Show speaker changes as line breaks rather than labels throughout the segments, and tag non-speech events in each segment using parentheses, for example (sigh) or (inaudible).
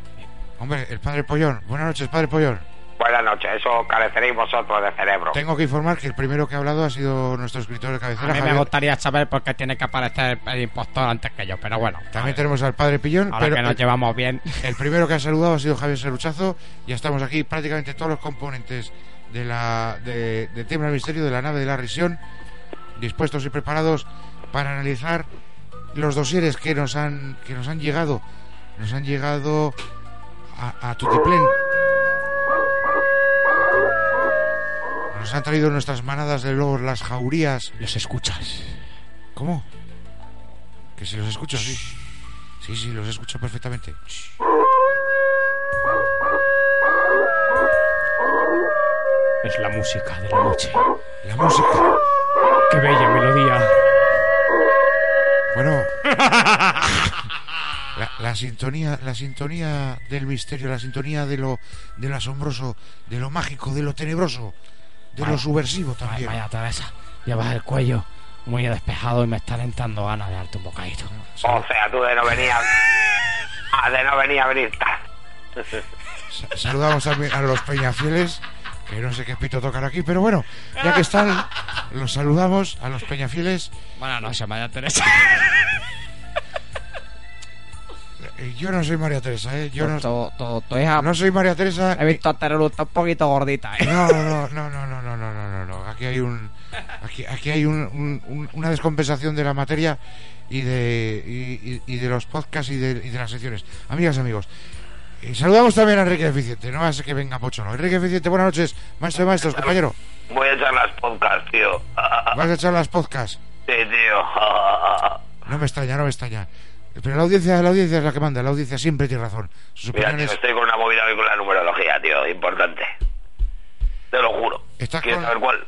hombre, el padre Pollón, buenas noches, padre Pollón.
Buenas noches, eso careceréis vosotros de cerebro.
Tengo que informar que el primero que ha hablado ha sido nuestro escritor de cabecera.
A mí me
Javier.
gustaría saber por qué tiene que aparecer el impostor antes que yo, pero bueno.
También tenemos al padre Pillón,
Ahora
pero
que nos
el,
llevamos bien.
el primero que ha saludado ha sido Javier Serruchazo. Ya estamos aquí prácticamente todos los componentes de la de, de Tiembla el Misterio de la nave de la risión, dispuestos y preparados para analizar los dosieres que nos han que nos han llegado, nos han llegado a, a Tutiplén. Nos han traído nuestras manadas de lobos, las jaurías.
Los escuchas.
¿Cómo? Que si los escucho, sí. Sí, sí, los escucho perfectamente.
Es la música de la noche.
La música.
Qué bella melodía.
Bueno.
(laughs)
La, la sintonía, la sintonía del misterio, la sintonía de lo, de lo asombroso, de lo mágico, de lo tenebroso, de lo subversivo
Ay,
también.
vaya travesa. Llevas el cuello muy despejado y me está entrando ganas de darte un bocadito.
Ah.
O sea, tú de no venía. Ah, de no venía a venir. ta.
Sa- Saludamos también a los peñafieles, que no sé qué pito tocan aquí, pero bueno, ya que están, los saludamos a los peñafieles.
Buenas noches, María Teresa.
Eh, Yo no soy María Teresa, ¿eh? Yo no,
Tu, tu- tu hija,
no soy María Teresa. eh.
he visto a Terelu, está un poquito gordita, ¿eh?
No, no, no, no, no, no, no, no, no, no. Aquí hay un, aquí, aquí hay un- un- un- una descompensación de la materia y de y, y- y de los podcasts y de, y de las secciones. Amigas, amigos. eh, saludamos también a Enrique Eficiente, no hace que venga Pocholo. Enrique Eficiente, buenas noches, maestro de maestros, compañero.
Voy a echar las podcasts, tío. (laughs)
Vas a echar las podcasts.
Sí, tío. (laughs)
No me extraña, no me extraña. Pero la audiencia, la audiencia es la que manda, la audiencia siempre tiene razón. Sus
Mira, tío,
opiniones.
estoy con una movida hoy con la numerología, tío. Importante. Te lo juro.
¿Estás
¿Quieres
con-
saber cuál?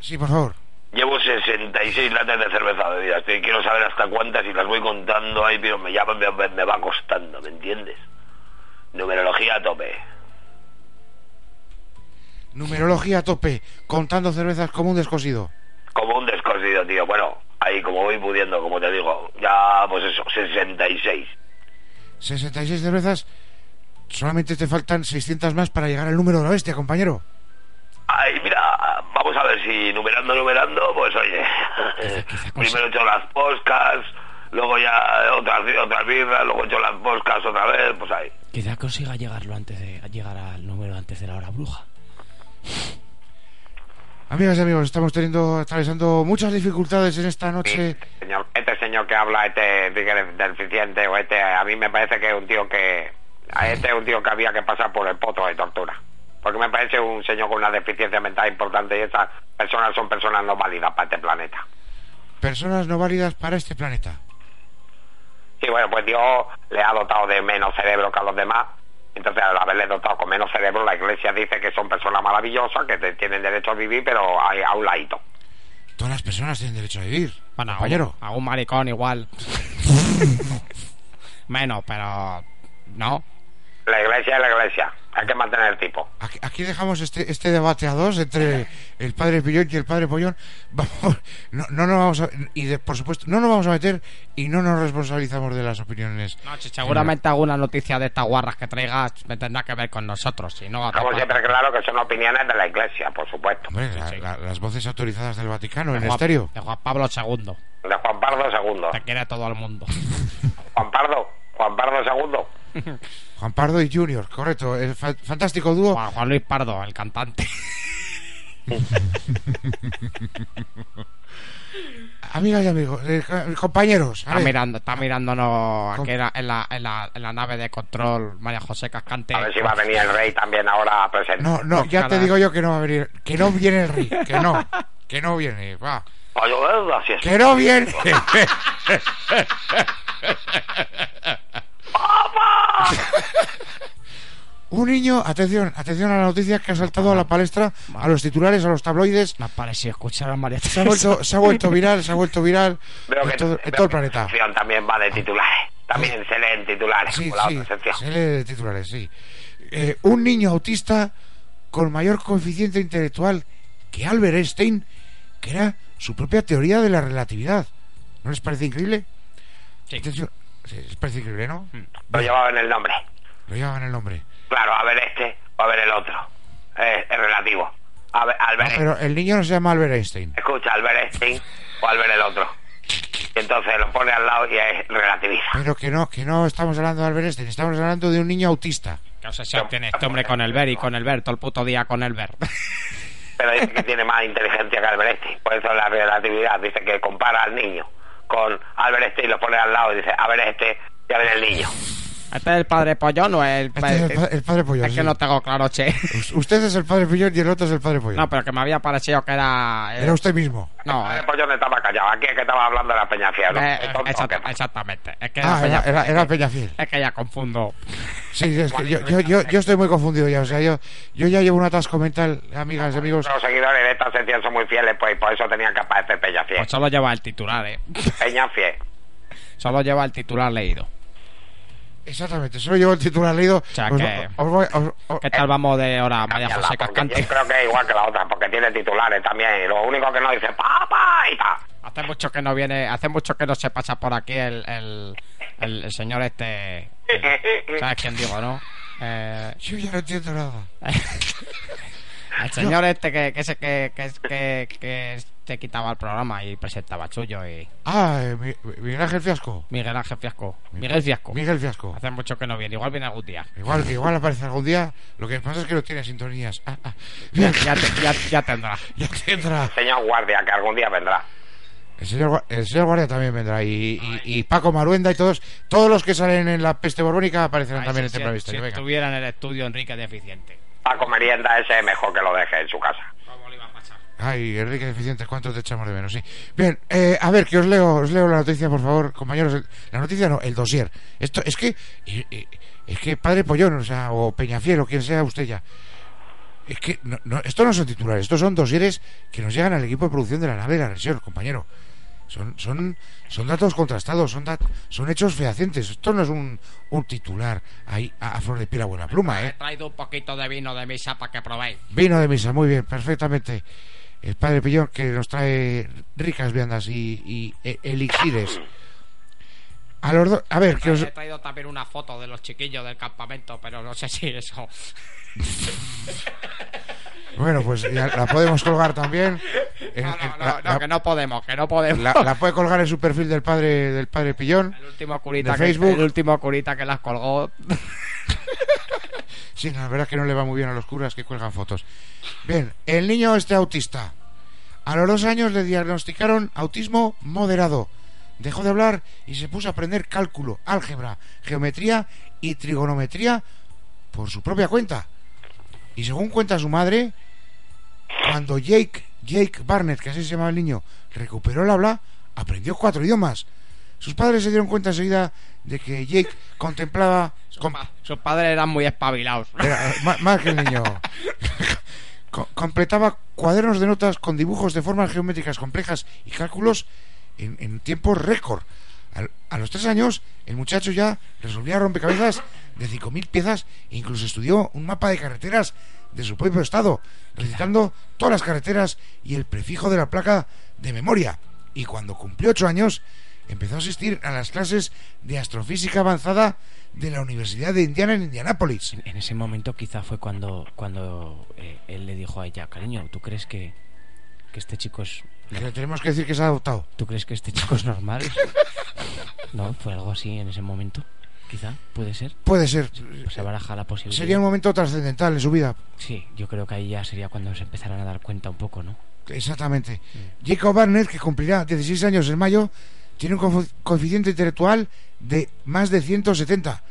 Sí, por favor.
Llevo 66 latas de cerveza bebidas, tío. y Quiero saber hasta cuántas y las voy contando ahí, tío. Me, ya me, me- me va costando, ¿me entiendes? Numerología a tope.
Numerología a tope, contando cervezas como un descosido.
Como un descosido, tío. Bueno, ahí como voy pudiendo, como te digo. Ya, pues eso, 66.
66 cervezas. Solamente te faltan 600 más para llegar al número de la bestia, compañero.
Ay, mira, vamos a ver si numerando, numerando, pues oye. (laughs)
quizá con
Primero he hecho las poscas, luego ya otras, otras birras, luego he hecho las poscas otra vez, pues ahí.
Quizá consiga llegarlo antes de llegar al número antes de la hora bruja.
Amigas y amigos, estamos teniendo, atravesando muchas dificultades en esta noche.
Señor, este señor que habla, este Enrique deficiente, o este, a mí me parece que es un tío que. A este es un tío que había que pasar por el potro de tortura. Porque me parece un señor con una deficiencia mental importante y estas personas son personas no válidas para este planeta.
Personas no válidas para este planeta.
Sí, bueno, pues Dios le ha dotado de menos cerebro que a los demás. Entonces, al haberle dotado con menos cerebro, la iglesia dice que son personas maravillosas, que te- tienen derecho a vivir, pero a, a un ladito.
Todas las personas tienen derecho a vivir.
Bueno, a un,
compañero.
a un maricón
(laughs)
igual. Menos, pero. No.
La iglesia es la iglesia. Hay que mantener el tipo.
Aquí, aquí dejamos este, este debate a dos entre el padre Pillón y el padre Pollón. (laughs) Vamos, no, no nos vamos a, y de- por supuesto no nos vamos a meter y no nos responsabilizamos de las opiniones.
No, si seguramente alguna noticia de estas guarras que traigas me tendrá que ver con nosotros. Si no,
Como siempre, claro que son opiniones de la iglesia, por supuesto.
Hombre, la- la- las voces autorizadas del Vaticano, el
de Juan-
Estéreo.
de Juan Pablo II.
De Juan Pardo II.
Te quiere todo
(laughs)
el mundo.
Juan Pardo. Juan Pardo
Juan Pardo y Junior, correcto. El fa- fantástico dúo.
Juan, Juan Luis Pardo, el cantante.
Amigas y amigos, eh, ca- compañeros. a
Ah,
Está,
ver.
mirando, está mirándonos
Con-
aquí en la, en, la, en la- en la nave de control María José Cascante.
II. A ver si va a venir el rey también ahora a presentar.
No, no, ya te
Ojalá.
digo yo que no va a venir. Que no viene el rey, que
(laughs)
no. Que no viene, va.
Oye, eh, así es.
Que no viene. Un niño, atención, atención a la noticia que ha saltado a la palestra, a los titulares, a los tabloides.
Me ha parecido escuchar a María
Se ha vuelto, se ha vuelto viral, se ha vuelto viral
Veo
en
que-
Pues todo, en todo
veo
el
que la
planeta.
sección también va de titulares. También se leen titulares.
Sí,
como la
sí,
otra sección.
se lee de titulares, sí. Eh, un niño autista con mayor coeficiente intelectual que Albert Einstein crea su propia teoría de la relatividad. ¿No les parece increíble?
Sí.
Atención, sí, les parece increíble, ¿no?
Lo llevaban el nombre.
Lo llevan el nombre.
Claro, a ver este o a ver el otro. Eh, es relativo. A ver, al ver
Pero el niño no se llama Albert Einstein.
Escucha, al ver este o al ver el otro. Y entonces lo pone al lado y es relativiza.
Pero que no, que no estamos hablando de Albert Einstein, estamos hablando de un niño autista.
Que obsesión tiene este hombre con el ver y con el ver, todo el puto día con
(laughs)
el ver.
Pero dice que tiene más inteligencia que Albert Einstein. Por eso la relatividad dice que compara al niño con Albert Einstein y lo pone al lado y dice, a ver este y a ver el niño.
¿Este es el padre pollón o el,
Este es el, pa- el padre Pollón.
Es
sí.
que no tengo claro, che.
Us- Usted es el padre Pollón y el otro es el padre Pollón.
No, pero que me había parecido que era. eh,
Era usted mismo.
No,
El
eh,
pollo Pues no estaba callado. Aquí es que estaba hablando de la peña fiel.
eh, exacta- exactamente. Es que
Ah,
Peña-
era, era, era Peñafiel.
Es que ya confundo.
Sí, es que yo, yo, yo, yo estoy muy confundido ya. O sea, yo, yo ya llevo un atasco mental, amigas y amigos.
Los seguidores de esta sección son muy fieles, pues y por eso tenían que aparecer Peña Fiel.
Pues solo lleva el titular, eh.
Peña Fiel.
Solo lleva el titular leído.
Exactamente, solo llevo el titular leído.
sea
Os-
que-
os voy- os- os-
¿Qué
Eh,
tal vamos de hora, María
Cámbiala,
José
porque
Cascante?
Yo creo que es igual que la otra, porque tiene titulares también. y Lo único que no dice papá y tal.
Hace mucho que no viene, hace mucho que no se pasa por aquí el, el, el- el señor este. el- ¿Sabes quién digo, no? Eh, (laughs)
Yo ya no entiendo nada.
el señor este que, que, se, que, que, que, que se quitaba el programa y presentaba el suyo y.
Ah, eh, Mi- Miguel Ángel Fiasco.
Miguel Ángel Fiasco. Miguel Fiasco.
Miguel Fiasco.
Hace mucho que no viene, igual viene algún día.
Igual, igual aparece algún día. Lo que pasa es que no tiene sintonías. Ah, ah.
Ya, te-
(laughs)
ya, ya tendrá.
Ya te entra.
Señor guardia, que algún día vendrá.
El señor, Gua- el señor Guardia también vendrá. Y, y- y Paco Maruenda y todos todos los que salen en la peste borbónica aparecerán
Ay,
también en
si,
este
si- si
previsterio. Venga.
estuviera en el estudio Enrique Deficiente.
Paco Merienda, ese es mejor que lo deje en su casa.
¿Cómo le iba a pasar?
Ay, Enrique Deficiente, ¿cuánto te echamos de menos? Sí. Bien, eh, a ver, que os leo, os leo la noticia, por favor, compañeros. El- La noticia no, el dossier. Esto es que. eh, eh, es que padre Pollón, o sea, o Peñafiel, o quien sea usted ya. Es que no, no, esto no son titulares, estos son dosieres que nos llegan al equipo de producción de la nave de la agresión, compañero. Son, son, son datos contrastados, son, dat- son hechos fehacientes. Esto no es un, un titular ahí a, a flor de piel a buena pluma, ¿eh?
He traído un poquito de vino de misa para que probéis.
Vino de misa, muy bien, perfectamente. El padre Pillón que nos trae ricas viandas y, y e- elixires. A, los do- a ver, que os-
He traído también una foto de los chiquillos del campamento, pero no sé si
(laughs)
eso.
Bueno, pues ya la podemos colgar también. En-
(laughs) No,
en-
no,
la,
no, no, que no podemos, que no podemos.
la- la puede colgar en su perfil del padre del padre Pillón.
El último curita
de
que,
Facebook.
el último curita que las colgó
Sí, no, la verdad es que no le va muy bien a los curas que cuelgan fotos. Bien, el niño este autista. A los dos años le diagnosticaron autismo moderado. Dejó de hablar y se puso a aprender cálculo, álgebra, geometría y trigonometría por su propia cuenta. Y según cuenta su madre, cuando Jake, Jake Barnett, que así se llamaba el niño, recuperó el habla, aprendió cuatro idiomas. Sus padres se dieron cuenta enseguida de que Jake contemplaba... com-
Sus padres eran muy espabilados.
Era, eh, ma- más que el niño. Co- completaba cuadernos de notas con dibujos de formas geométricas complejas y cálculos en, en tiempo récord. Al- a los tres años, el muchacho ya resolvía rompecabezas de 5.000 piezas e incluso estudió un mapa de carreteras de su propio estado, recitando todas las carreteras y el prefijo de la placa de memoria. Y cuando cumplió ocho años, empezó a asistir a las clases de astrofísica avanzada de la Universidad de Indiana en Indianápolis.
En, en ese momento quizá fue cuando, cuando eh, él le dijo a ella, cariño, ¿tú crees que, que este chico es...
Que le Pues tenemos que decir que se ha adoptado.
¿Tú crees que este chico
(laughs)
es normal? no, fue algo así en ese momento. Quizá, puede ser.
Puede ser.
pues
Se baraja la posibilidad.
Sería un momento trascendental en su vida.
Sí, yo creo que ahí ya sería cuando se empezaran a dar cuenta un poco, ¿no?
Exactamente. Jacob Barnett, que cumplirá 16 años en mayo, tiene un confo- coeficiente intelectual de más de 170,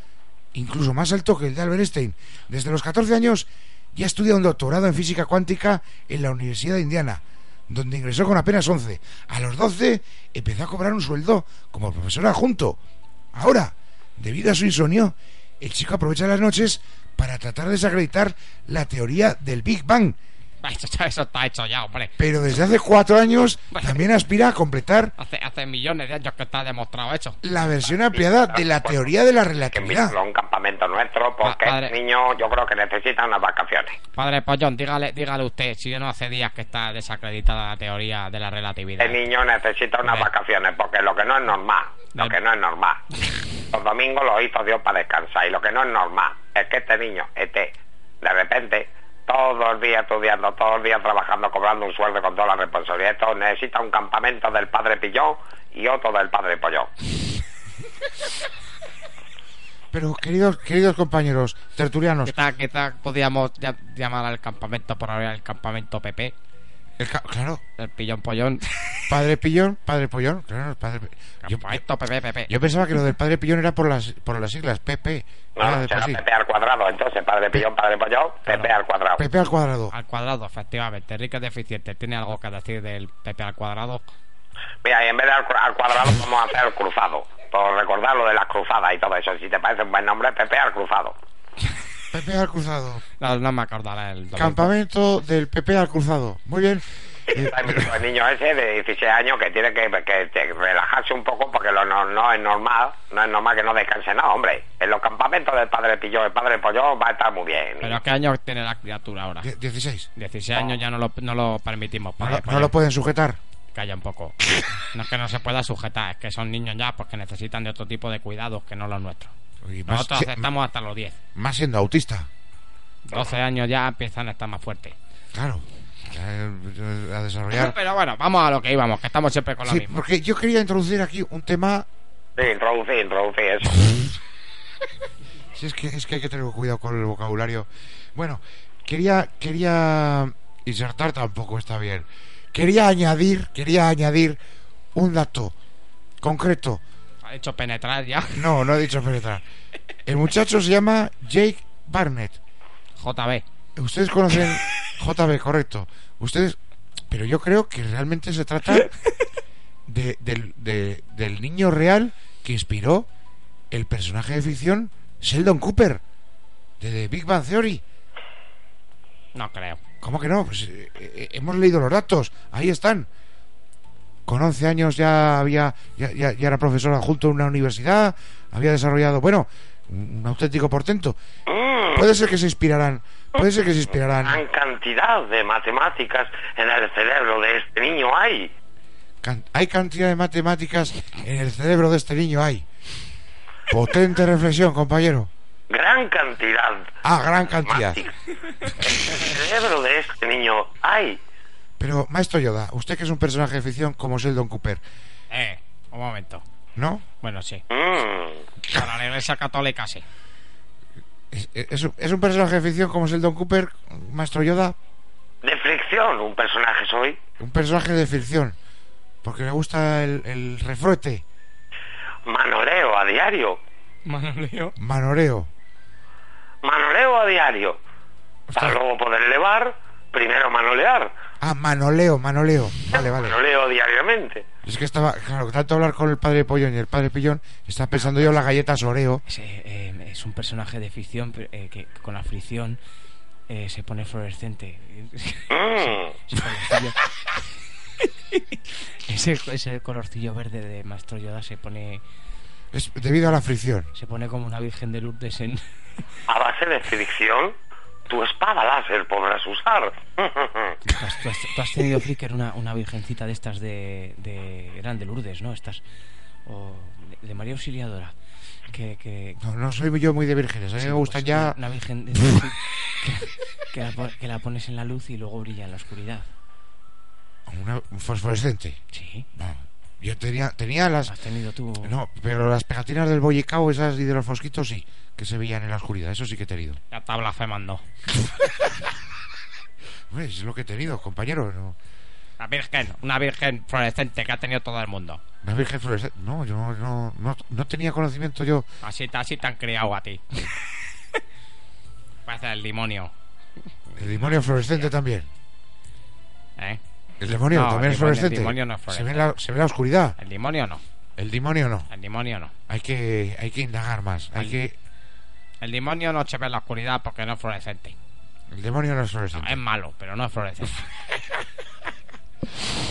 incluso más alto que el de Albert Einstein. Desde los 14 años ya estudia un doctorado en física cuántica en la Universidad de Indiana, donde ingresó con apenas 11. A los 12 empezó a cobrar un sueldo como profesor adjunto. Ahora, debido a su insomnio, el chico aprovecha las noches para tratar de desacreditar la teoría del Big Bang,
(laughs) Eso, eso está hecho ya, hombre.
pero desde hace cuatro años también aspira a completar
Hace, hace millones de años que está demostrado eso.
la versión ampliada de la teoría de la
que
relatividad.
invitarlo a un campamento nuestro porque
Pa- padre.
el niño yo creo que necesita unas vacaciones.
Padre Pollón, dígale, dígale usted, si no hace días que está desacreditada la teoría de la relatividad.
El niño necesita unas
Hombre.
vacaciones porque lo que no es normal, lo
Del-
que no es normal. Los domingos lo hizo Dios para descansar y lo que no es normal es que este niño esté de repente todo el día estudiando, todo el día trabajando, cobrando un sueldo con toda la responsabilidad. Esto necesita un campamento del padre Pillón y otro del padre Pollón.
Pero queridos, queridos compañeros tertulianos,
Quizás quizá podíamos ya- llamar al campamento por ahora el campamento PP,
el ca- claro,
el pillón pollón. (laughs)
padre pillón, padre pollón, claro, el padre. Yo, yo-
Campamento PP, PP.
yo pensaba que lo del padre pillón era por las por las siglas PP.
No,
Era de por Ah,
será
pues sí.
PP al cuadrado, entonces padre Pillón, padre Pollón, PP al cuadrado.
PP al cuadrado.
Al cuadrado, efectivamente. Enrique es deficiente. ¿Tiene algo que decir del PP al cuadrado?
Mira, y en vez de al, cu- al cuadrado vamos a hacer cruzado. Por recordar lo de las cruzadas y todo eso. Si te parece un buen nombre, Pepe al cruzado.
PP al cruzado.
No, no me acordaré el domingo.
Campamento del PP al cruzado. Muy bien. Eh,
El niño ese de 16 años que tiene que, que- que relajarse un poco porque lo no, no es normal, no es normal que no descanse nada, hombre. En los campamentos del padre Pillón, el padre Pollón va a estar muy bien.
Pero ¿qué años tiene la criatura ahora?
die- 16.
16 años ya no lo, no lo permitimos.
No,
padre
lo- no
Pollón.
lo pueden sujetar.
Calla un poco. No es que no se pueda sujetar, es que son niños ya porque necesitan de otro tipo de cuidados que no los nuestros.
Y más,
Nosotros
si-
aceptamos hasta los 10.
más siendo autista.
12 años ya empiezan a estar más fuertes.
Claro. Eh, A desarrollar
Pero bueno, vamos a lo que íbamos, que estamos siempre con lo
Sí,
mismo.
porque yo quería introducir aquí un tema.
Sí, introducir, introducir eso.
Si Pues es que es que hay que tener cuidado con el vocabulario. Bueno, quería quería insertar tampoco está bien. Quería añadir, quería añadir un dato concreto.
Ha hecho penetrar ya.
(laughs)
No, no he dicho penetrar. El muchacho se llama Jake Barnett.
JB.
Ustedes conocen JB, correcto. Ustedes, pero yo creo que realmente se trata de- del, de- del niño real que inspiró el personaje de ficción Sheldon Cooper de The Big Bang Theory.
No creo.
¿Cómo que no? Pues, eh, eh, hemos leído los datos, ahí están. Con 11 años ya había ya, ya- ya era profesor adjunto en una universidad, había desarrollado, bueno, un un auténtico portento. Puede ser que se inspirarán, puede ser que se inspirarán.
Gran cantidad de matemáticas en el cerebro de este niño hay.
Can- hay cantidad de matemáticas en el cerebro de este niño, hay. Potente reflexión, compañero.
Gran cantidad
Ah, gran cantidad.
matemáticas en el cerebro de este niño hay.
Pero, maestro Yoda, usted que es un personaje de ficción como Sheldon Cooper,
Eh, un momento.
¿no?
Bueno, sí.
Mm.
Para la iglesia católica sí.
Es, es- es un personaje de ficción como es el Don Cooper, Maestro Yoda,
De fricción, un personaje soy.
un personaje de ficción. Porque me gusta el, el refruete,
Manoleo a diario.
Manoleo.
manoreo.
Manoleo a diario. Para luego poder elevar, primero manolear.
Ah, manoleo, manoleo. Vale, vale.
Manoleo diariamente.
Es que estaba, claro, tanto hablar con el padre Pollón y el padre Pillón, estaba pensando yo en las galletas Oreo.
Es, eh, eh, es un personaje de ficción pero, eh, que que con la fricción eh, se pone fluorescente. (laughs)
Mm.
Ese colorcillo- (laughs) ese, ese colorcillo verde de Maestro Yoda se pone,
Es debido a la fricción.
se pone como una virgen de Lourdes en...
A base de fricción, tu espada láser podrás usar. (laughs)
¿Tú has, tú has- tú has tenido Flickr una, una virgencita de estas de, de... Eran de Lourdes, ¿no? Estas... O de, de María Auxiliadora. Que... que
No, no soy yo muy de vírgenes. A mí
sí,
me
pues,
gustan ya.
Una, una virgen de...
(laughs)
que, que la, pon- que la pones en la luz y luego brilla en la oscuridad.
Una un fosforescente.
Sí.
No, Yo tenía, tenía las.
Has tenido tú...
No, pero las pegatinas del Boyicao, esas y de los fosquitos, sí, que se veían en la oscuridad. Eso sí que he tenido.
Ya está blasfemando.
Hombre, es lo que he tenido, compañero. No,
La virgen, una virgen fluorescente que ha tenido todo el mundo.
una virgen fluorescente. No, yo no, no, no, no tenía conocimiento yo.
Así, te- así te han criado a ti. Parece el demonio,
El demonio fluorescente también.
¿eh?
El demonio
No,
también
el
es
demonio- el
fluorescente.
demonio no es
Se, ve la, se ve la oscuridad.
El demonio no,
El demonio no.
el demonio no.
Hay que, hay que indagar más. Hay
Al-
que.
El demonio no se ve en la oscuridad porque no es fluorescente.
El demonio no es
No,
fluorescente.
es malo, pero no es fluorescente.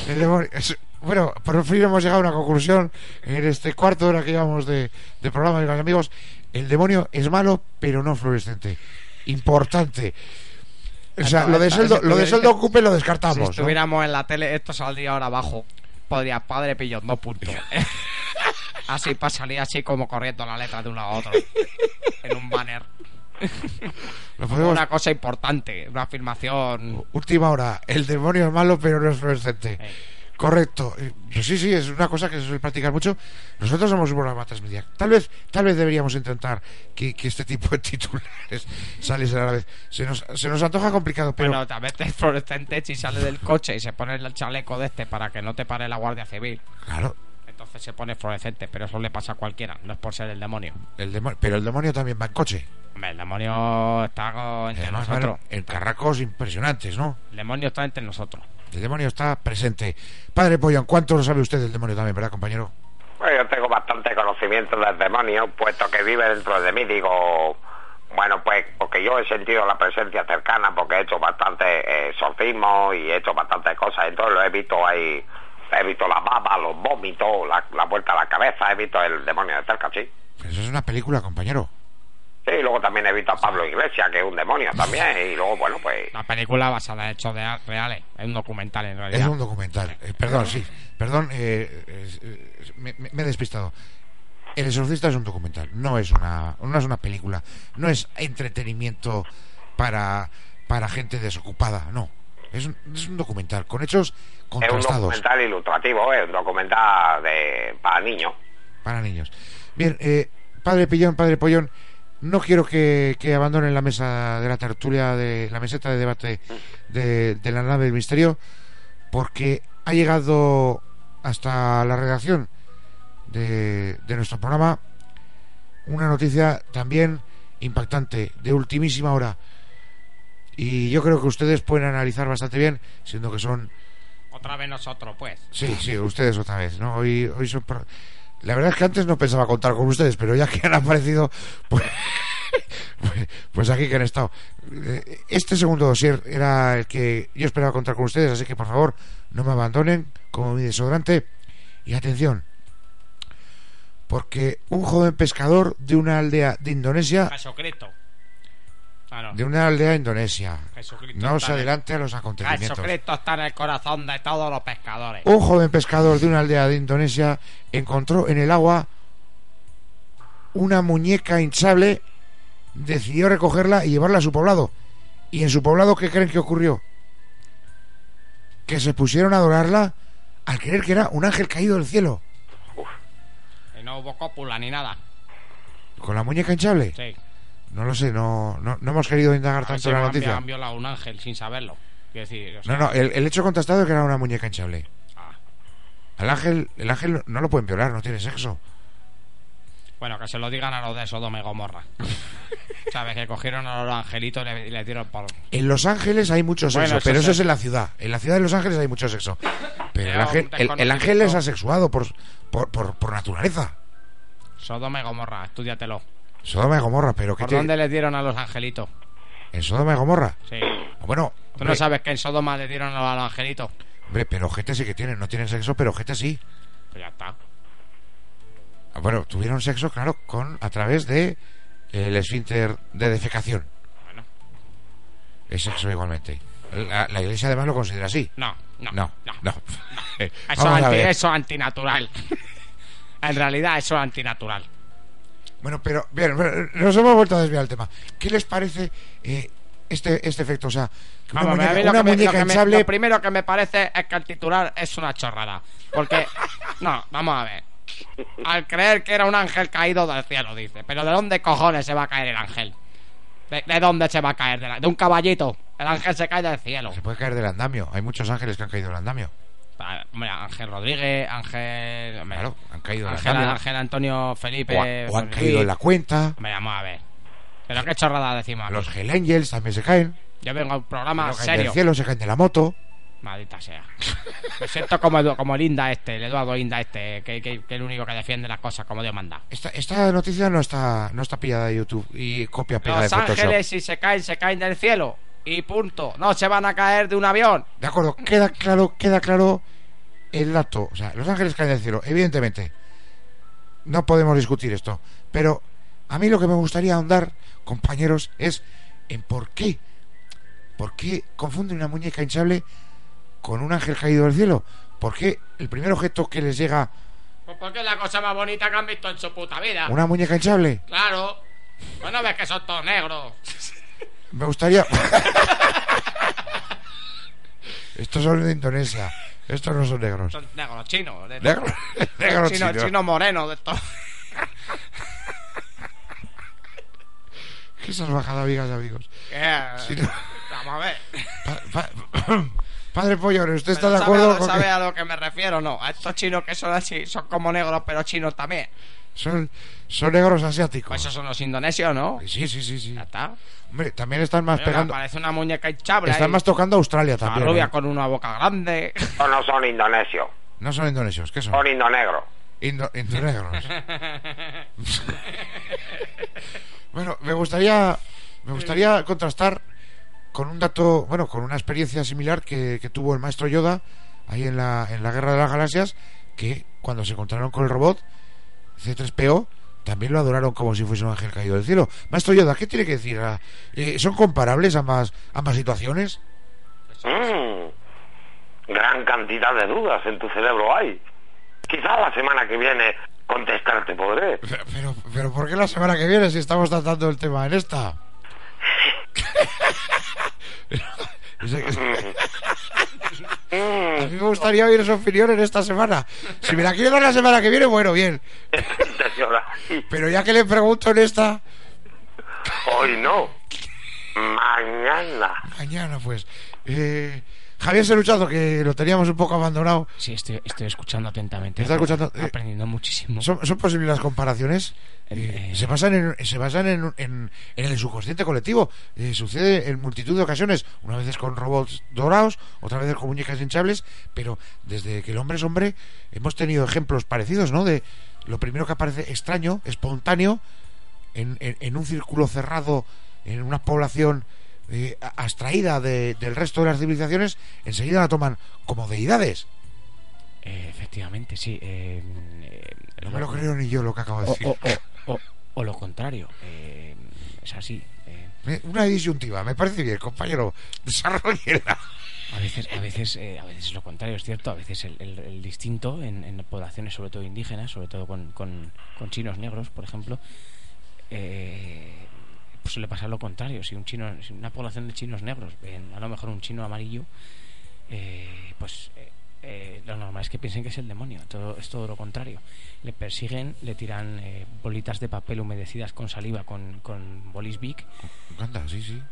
El demonio- es- bueno, por fin hemos llegado a una conclusión en este cuarto de hora que llevamos de, de programa, amigos, amigos. El demonio es malo, pero no fluorescente. Importante. O sea, lo de sueldo, lo de sueldo ocupe lo
Si
descartamos. Pues, ¿no?
estuviéramos en la tele, esto saldría ahora abajo. Podría, padre pillón, dos puntos. (laughs) así pasaría así como corriendo la letra de uno a
(laughs)
otro. En un banner.
Lo
Como
podemos-
Una cosa importante, una afirmación.
Última hora. El demonio es malo, pero no es fluorescente.
Eh.
Correcto. Eh, Pues sí, sí, es una cosa que se suele practicar mucho. Nosotros somos un programa transmedia. Tal vez, tal vez deberíamos intentar que, que este tipo de (laughs) titulares saliesen a la vez. Se nos, se nos antoja complicado, pero...
Bueno, también te (laughs) fluorescente si sale del coche y se pone el chaleco de este para que no te pare la Guardia Civil.
Claro,
Entonces se pone fluorescente, pero eso le pasa a cualquiera, no es por ser el demonio.
el demonio, pero el demonio también va en coche.
Hombre, el demonio está co- entre
Además, van
nosotros.
en carracos impresionantes, ¿no?
El demonio está entre nosotros.
El demonio está presente. Padre Pollón, ¿cuánto lo sabe usted del demonio también, verdad, compañero?
Bueno, yo tengo bastante conocimiento del demonio, puesto que vive dentro de mí. Digo, bueno, pues porque yo he sentido la presencia cercana, porque he hecho bastante eh, exorcismo y he hecho bastantes cosas. Entonces lo he visto ahí, he visto las babas, los vómitos, la, la vuelta a la cabeza, he visto el demonio de cerca, sí.
Pero eso es una película, compañero.
Sí, y luego también he visto a Pablo Iglesias, que es un demonio también, y luego, bueno, pues...
La película basada en hechos de- reales, es un documental en
Es
realidad.
un documental. Eh, perdón, sí. Perdón, eh, eh, eh, me, me- me he despistado. El exorcista es un documental, no es una, no es una película, no es entretenimiento para, para gente desocupada, no. Es un, es un documental con hechos
Es un
contrastados.
documental ilustrativo, es un documental de, para niños.
para niños. Bien, eh, padre Pillón, padre Pollón, no quiero que, que abandonen la mesa de la tertulia, de la meseta de debate de, de la nave del misterio, porque ha llegado hasta la redacción de, de nuestro programa una noticia también impactante, de ultimísima hora. Y yo creo que ustedes pueden analizar bastante bien, siendo que son
Otra vez nosotros, pues.
Sí, sí, ustedes otra vez, ¿no? Hoy, hoy son pro- La verdad es que antes no pensaba contar con ustedes, pero ya que han aparecido, pues, (laughs) pues, pues aquí que han estado. Eh, Este segundo dossier era el que yo esperaba contar con ustedes, así que por favor no me abandonen como mi desodorante. Y atención, porque un joven pescador de una aldea de Indonesia,
Jesucristo. Ah, no.
de una aldea indonesia,
Jesucristo
no se
está en-
adelante a los acontecimientos.
Jesucristo está en el corazón de todos los pescadores.
Un joven pescador de una aldea de Indonesia encontró en el agua una muñeca hinchable, decidió recogerla y llevarla a su poblado. ¿Y en su poblado qué creen que ocurrió? Que se pusieron a adorarla al creer que era un ángel caído del cielo,
Y no hubo cópula ni nada.
con la muñeca hinchable.
Sí.
No lo sé, no, no, no hemos querido indagar tanto
Se
en la
han,
noticia.
han violado a un ángel sin saberlo. Quiero decir, o sea,
No, no, el, el hecho contestado es que era una muñeca hinchable.
ah.
Al ángel, el ángel no lo pueden violar, no tiene sexo.
Bueno, que se lo digan a los de Sodoma y Gomorra.
(laughs)
¿Sabes? Que cogieron a los angelitos y le, y le dieron por.
En Los Ángeles hay mucho sexo,
Bueno, eso
pero eso
sí.
es en la ciudad. En la ciudad de Los Ángeles hay mucho sexo. Pero el
Era
ángel,
un
el, el ángel es
desconocido.
asexuado por, por, por, por naturaleza.
Sodoma y Gomorra, estudiatelo.
Sodoma y Gomorra, pero ¿qué
¿Por
te-
dónde les dieron a los angelitos?
¿En Sodoma y Gomorra?
Sí.
Bueno,
Tú
hombre,
no sabes que en Sodoma le dieron a los angelitos.
hombre, pero gente sí que tienen, no tienen sexo, pero gente sí.
Pues ya está.
Ah, Bueno, tuvieron sexo, claro, con a través de el esfínter de defecación.
Bueno.
Es sexo igualmente. La, la iglesia además lo considera así.
No, no.
No, no. (laughs) Eh,
(laughs) Eso,
vamos a
anti-
ver.
eso es antinatural. (laughs) en realidad, eso es antinatural.
Bueno, pero bien, pero eh, nos hemos vuelto a desviar el tema. ¿Qué les parece eh, este, este efecto? O sea, que una
Vamos, a mí
muñeca, una
lo que me- lo
muñeca
que me-
hinchable-
lo primero que me parece es que el titular es una chorrada.
(laughs)
Porque, no, vamos a ver. Al creer que era un ángel caído del cielo, dice. Pero ¿de dónde cojones se va a caer el ángel? ¿De, de dónde se va a caer? ¿De, la- de un caballito. El ángel se cae del cielo.
Se puede caer del andamio. Hay muchos ángeles que han caído del andamio.
Ah, Hombre, Ángel Rodríguez, Ángel. hombre,
Claro, han caído del
Ángel,
andamio.
Ángel Antonio Felipe.
O, ha- o han
Felipe.
caído en la cuenta.
Hombre, vamos a ver. Pero qué chorrada decimos. aquí.
Los Hell Angels también se caen.
Yo vengo a un programa
No caen del
serio.
cielo, se caen de la moto.
Maldita sea. Me siento como, Edu- como el Inda este, el Eduardo Inda este, que, que, que es el único que defiende las cosas como Dios manda.
Esta, esta noticia no está, no está pillada de YouTube y copia pega de
Los
Photoshop.
ángeles, si se caen, se caen del cielo. Y punto. No se van a caer de un avión.
De acuerdo, queda claro, queda claro el dato. O sea, los ángeles caen del cielo, evidentemente. No podemos discutir esto. Pero a mí lo que me gustaría ahondar, compañeros, es en por qué. ¿Por qué confunden una muñeca hinchable con un ángel caído del cielo? ¿Por qué el primer objeto que les llega
Pues porque es la cosa más bonita que han visto en su puta vida.
una muñeca hinchable?
Claro. Bueno, ves que son todos negros.
Me gustaría. Estos son de Indonesia. Estos no son negros.
Son negros chinos. de-
(laughs) Negros, negros
chino,
chinos.
chino moreno
(laughs)
de estos.
Qué salvajada, amigas y amigos.
Que- eh,
Chino.
Vamos a ver.
Pa- pa- (coughs) Padre Pollón, ¿usted está
Pero
de
sabe
acuerdo
a-
con
sabe
que
a lo que me refiero? No, a estos chinos que son así, son como negros, pero chinos también.
son, son negros asiáticos?
Pues esos son los indonesios, ¿no?
Sí, sí, sí, sí.
Ya está.
Hombre, también están más
Mira,
pegando.
Parece una muñeca hinchable.
Están
ahí.
más tocando Australia
Una
también.
rubia
¿eh?
con una boca grande.
Estos no son indonesios,
No son indonesios, ¿qué son?
son indonegros.
Indo- indonegros. bueno, me gustaría, me gustaría contrastar con un dato, bueno, con una experiencia similar que, que tuvo el maestro Yoda ahí en la, en la Guerra de las Galaxias, que cuando se encontraron con el robot C3PO, también lo adoraron como si fuese un ángel caído del cielo. Maestro Yoda, ¿qué tiene que decir? Ah, eh, ¿Son comparables ambas, ambas situaciones?
Mm, gran cantidad de dudas en tu cerebro hay. Quizá la semana que viene contestarte podré.
Pero, pero, pero ¿por qué la semana que viene si estamos tratando el tema en esta? A mí me gustaría oír su opinión en esta semana. Si me la quiero dar la semana que viene, bueno, bien.
Señora,
Pero ya que le pregunto en esta,
Hoy no. Mañana.
mañana pues. Eh, Javier Seruchazo, que lo teníamos un poco abandonado.
Sí, estoy, estoy escuchando atentamente.
¿Te está escuchando? Eh,
Aprendiendo muchísimo.
¿Son, son posibles las comparaciones? Eh,
Eh,
se basan, en, se basan en, en- en el subconsciente colectivo. Eh, sucede en multitud de ocasiones. Una vez es con robots dorados, otra vez con muñecas hinchables. Pero desde que el hombre es hombre, hemos tenido ejemplos parecidos, ¿no? De lo primero que aparece extraño, espontáneo, en, en- en un círculo cerrado, en una población eh, a- abstraída de- del resto de las civilizaciones, enseguida la toman como deidades.
eh, efectivamente, sí. eh, eh,
No me lo creo ni yo lo que acabo de
O,
decir.
o- o- o- o lo contrario. eh, es así. eh,
Me- Una disyuntiva, me parece bien, compañero. Desarrollela.
a veces, a veces, eh, a veces es lo contrario, es cierto. A veces el, el- el distinto en, en poblaciones, sobre todo indígenas, sobre todo con, con- con chinos negros, por ejemplo, eh, pues suele pasar lo contrario. Si un chino, si una población de chinos negros ven a lo mejor un chino amarillo, eh, pues eh, eh, lo normal es que piensen que es el demonio, todo, es todo lo contrario. Le persiguen, le tiran eh, bolitas de papel humedecidas con saliva, con, con bolis Bic,
Anda, sí, sí.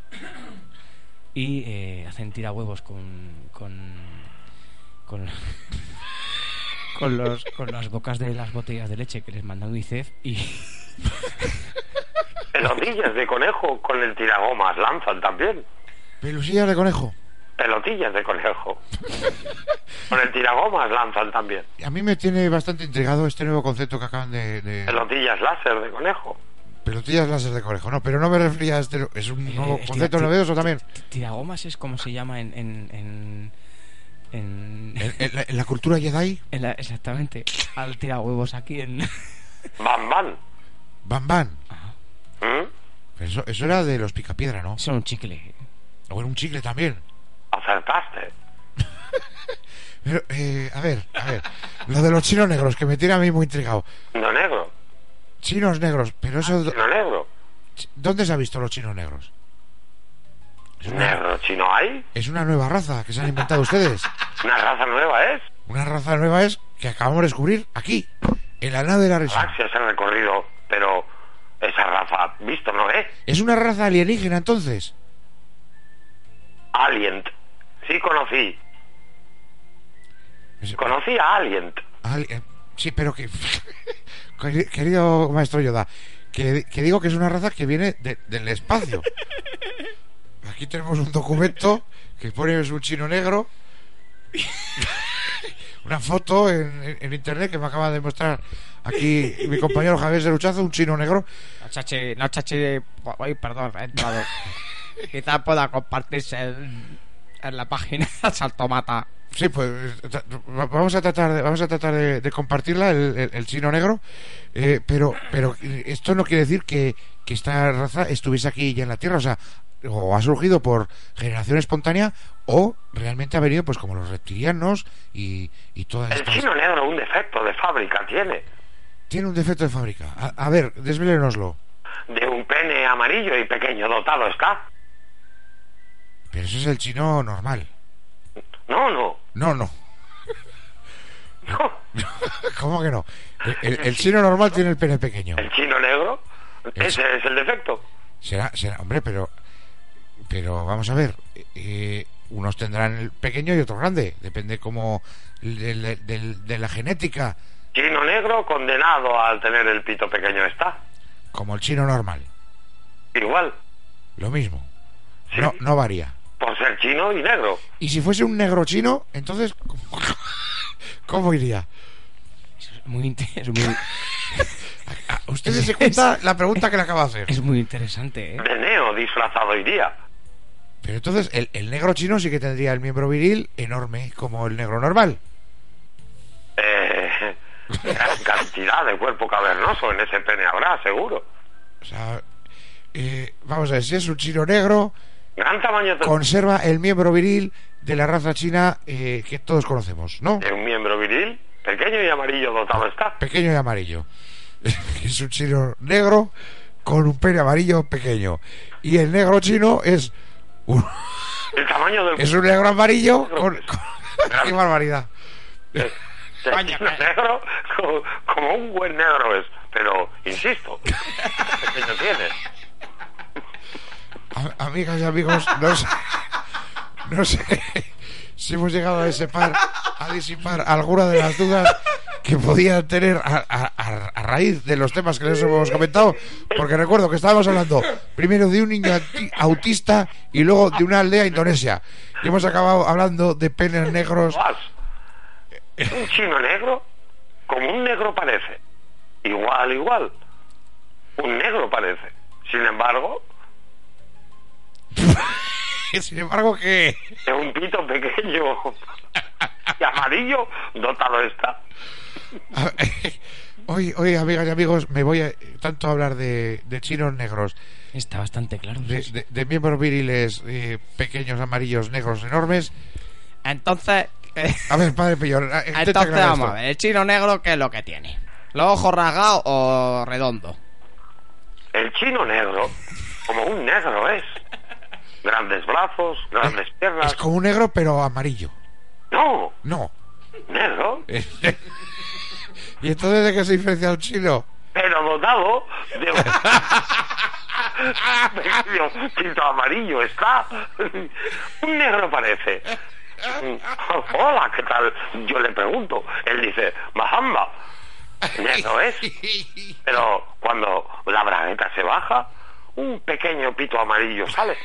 y eh, hacen tirahuevos con. con. con, con los, con las bocas de las botellas de leche que les manda UNICEF y.
Pelotillas de conejo con el tiragomas lanzan también.
Pelusillas de conejo.
Pelotillas de conejo. con el tiragomas lanzan también.
A mí me tiene bastante intrigado este nuevo concepto que acaban de. de-
Pelotillas láser de conejo.
Pelotillas láser de conejo. No, pero no me refería a este. nu- Es un nuevo
Eh, tira-
concepto
ti-
novedoso también.
ti- Tiragomas es como se llama en. en, en, en-
En, en la, en la cultura Jedi,
en la- exactamente. Al tirahuevos aquí en. (laughs)
Bam, bam.
Bam Bam.
¿Mm?
Eso, eso era de los Picapiedra, ¿no?
Son un chicle.
O era un chicle también.
Acertaste.
Pero, eh, a ver, a ver. Lo de los chinos negros, que me tiene a mí muy intrigado.
No negro.
Chinos negros, pero eso.
No negro.
¿Dónde se ha visto los chinos negros? Es una,
¿Negro chino hay?
es una nueva raza que se han inventado ustedes.
Una raza nueva es.
Una raza nueva es que acabamos de descubrir aquí, en la nave de la risa.
Galaxias han recorrido, pero esa raza, visto no es.
Es una raza alienígena entonces.
Alien. Sí conocí.
Es-
Conocí a Alien.
al- eh, sí, pero que. (laughs) Queri- Querido maestro Yoda, que, que digo que es una raza que viene de- del espacio. Aquí tenemos un documento que pone es un chino negro. (laughs) Una foto en, en- en internet que me acaba de mostrar aquí mi compañero Javier Seruchazo, un chino negro.
No chachi, no chachi. Uy, perdón, he
(laughs)
entrado. Quizás pueda compartirse en, en la página de Saltomata.
Sí, pues tra- va- vamos a tratar de, vamos a tratar de, de compartirla el, el- el chino negro, eh, pero pero eh, esto no quiere decir que, que esta raza estuviese aquí ya en la tierra, o sea, o ha surgido por generación espontánea o realmente ha venido pues como los reptilianos y, y todas
El
estas
chino negro un defecto de fábrica tiene.
tiene un defecto de fábrica. A, a ver, desvelénoslo.
De un pene amarillo y pequeño dotado está.
Pero eso es el chino normal.
No, no.
No, (laughs) no.
no.
¿Cómo que no? El, el- el chino normal tiene el pene pequeño.
El chino negro. Ese es el defecto.
Será, será, hombre, pero. Pero vamos a ver. eh, unos tendrán el pequeño y otros grande. Depende como. De, de- de- de la genética.
Chino negro condenado al tener el pito pequeño está.
Como el chino normal.
Igual.
Lo mismo.
Sí.
No, no varía.
Por ser chino y negro.
Y si fuese un negro chino, entonces. (laughs) ¿Cómo, cómo iría?
Eso es muy, inte- es muy,
Ah, Ustedes se cuenta la pregunta que le acabo de hacer.
es muy interesante, ¿eh?
De neo disfrazado iría.
Pero entonces, el, el negro chino sí que tendría el miembro viril enorme, como el negro normal.
Eh, (laughs) gran cantidad de cuerpo cavernoso en ese pene habrá, seguro.
O sea. eh, vamos a ver, si es un chino negro.
Gran tamaño de-
conserva el miembro viril de la raza china eh, que todos conocemos, ¿no?
de un miembro viril, pequeño y amarillo dotado está.
Pequeño y amarillo. (laughs) es un chino negro con un pene amarillo pequeño. Y el negro chino es un,
El tamaño del
es un negro amarillo con... con- (laughs) ¡Qué barbaridad!
del
Coño,
chino
que-
(laughs) negro como, como un buen negro es, pero insisto, (laughs) pequeño tiene.
A- Amigas y amigos, no sé, no sé si hemos llegado a disipar, a disipar alguna de las dudas que podían tener a, a- a- a raíz de los temas que les hemos comentado, porque recuerdo que estábamos hablando primero de un niño anti- autista y luego de una aldea indonesia. Y hemos acabado hablando de penes negros.
Guas. Un chino negro como un negro parece. Igual, igual. Un negro parece. Sin embargo,
Sin embargo, que
es un pito pequeño (laughs) y amarillo dotado está.
A- Hoy, hoy, amigas y amigos, me voy a tanto a hablar de- de chinos negros
Está bastante claro.
de, de- de miembros viriles eh, pequeños, amarillos, negros, enormes.
Entonces, eh,
A ver, padre Pillón, ah, intenta
entonces
aclarar
vamos
esto.
a
eh.
ver. El chino negro, ¿qué es lo que tiene? ¿Los ojos rasgados o redondos?
El chino negro, como un negro es. Grandes brazos, grandes
Es
piernas.
como un negro, pero amarillo.
No,
No,
negro,
¿Y entonces de qué se diferencia un chino?
pero dotado de un tinto amarillo está. Un negro parece. Hola, ¿qué tal? Yo le pregunto. Él dice, Mahamba.
(laughs)
Negro es. Pero cuando la bragueta se baja, un pequeño pito amarillo sale.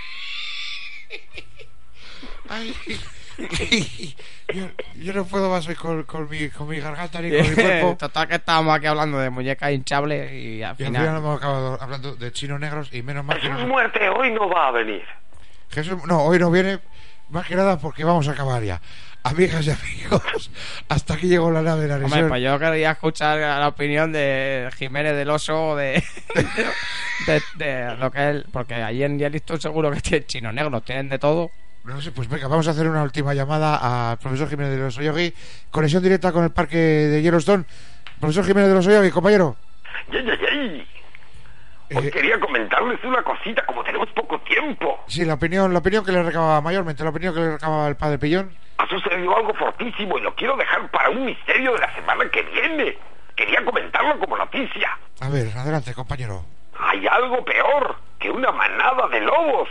Yo, yo no puedo más hoy con, con mi, con mi garganta ni con mi cuerpo.
(laughs) Total que estábamos aquí hablando de muñecas hinchables
Y
y al
al final
final...
hemos acabado hablando de chinos negros y menos mal que
Jesús
no-
muerte hoy no va a venir.
Jesús, no, hoy no viene más que nada porque vamos a acabar ya. Amigas y amigos, hasta aquí llegó la nave de la
Hombre,
Nación.
pues yo quería escuchar la opinión de Jiménez del Oso, de, (laughs) de, de lo que es... Porque allí en Yellowstone seguro que tienen chinos negros, tienen de todo.
No sé, pues venga, vamos a hacer una última llamada al profesor Jiménez de los Oyogi. Conexión directa con el parque de Yellowstone. Profesor Jiménez de los Oyogi, compañero.
¡Yay, yay, yay! Os
Eh,
quería comentarles una cosita, como tenemos poco tiempo.
sí, la opinión, la opinión que le recababa mayormente, la opinión que le recababa el padre Pillón.
Ha sucedido algo fortísimo y lo quiero dejar para un misterio de la semana que viene. Quería comentarlo como noticia.
A ver, adelante, compañero.
Hay algo peor que una manada de lobos.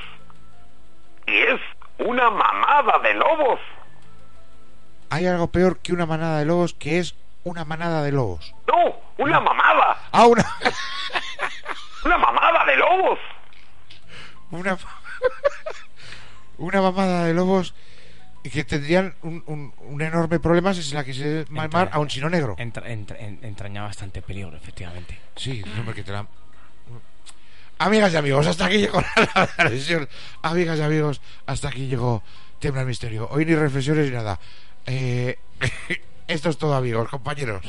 Y es una mamada de lobos.
Hay algo peor que una manada de lobos, que es una manada de lobos.
No, una mamada.
Ah, una... (laughs)
Una mamada de lobos.
una una mamada de lobos y que tendrían un, un- un enorme problema si se la quisiera mamar a un chino negro.
Entra- entra- en- entraña bastante peligro, efectivamente.
Sí, no me quitará. Amigas y amigos, hasta aquí llegó la reflexión. Amigas y amigos, hasta aquí llegó Tembla (laughs) el Misterio. Hoy ni reflexiones ni nada. Eh, esto es todo, amigos, compañeros.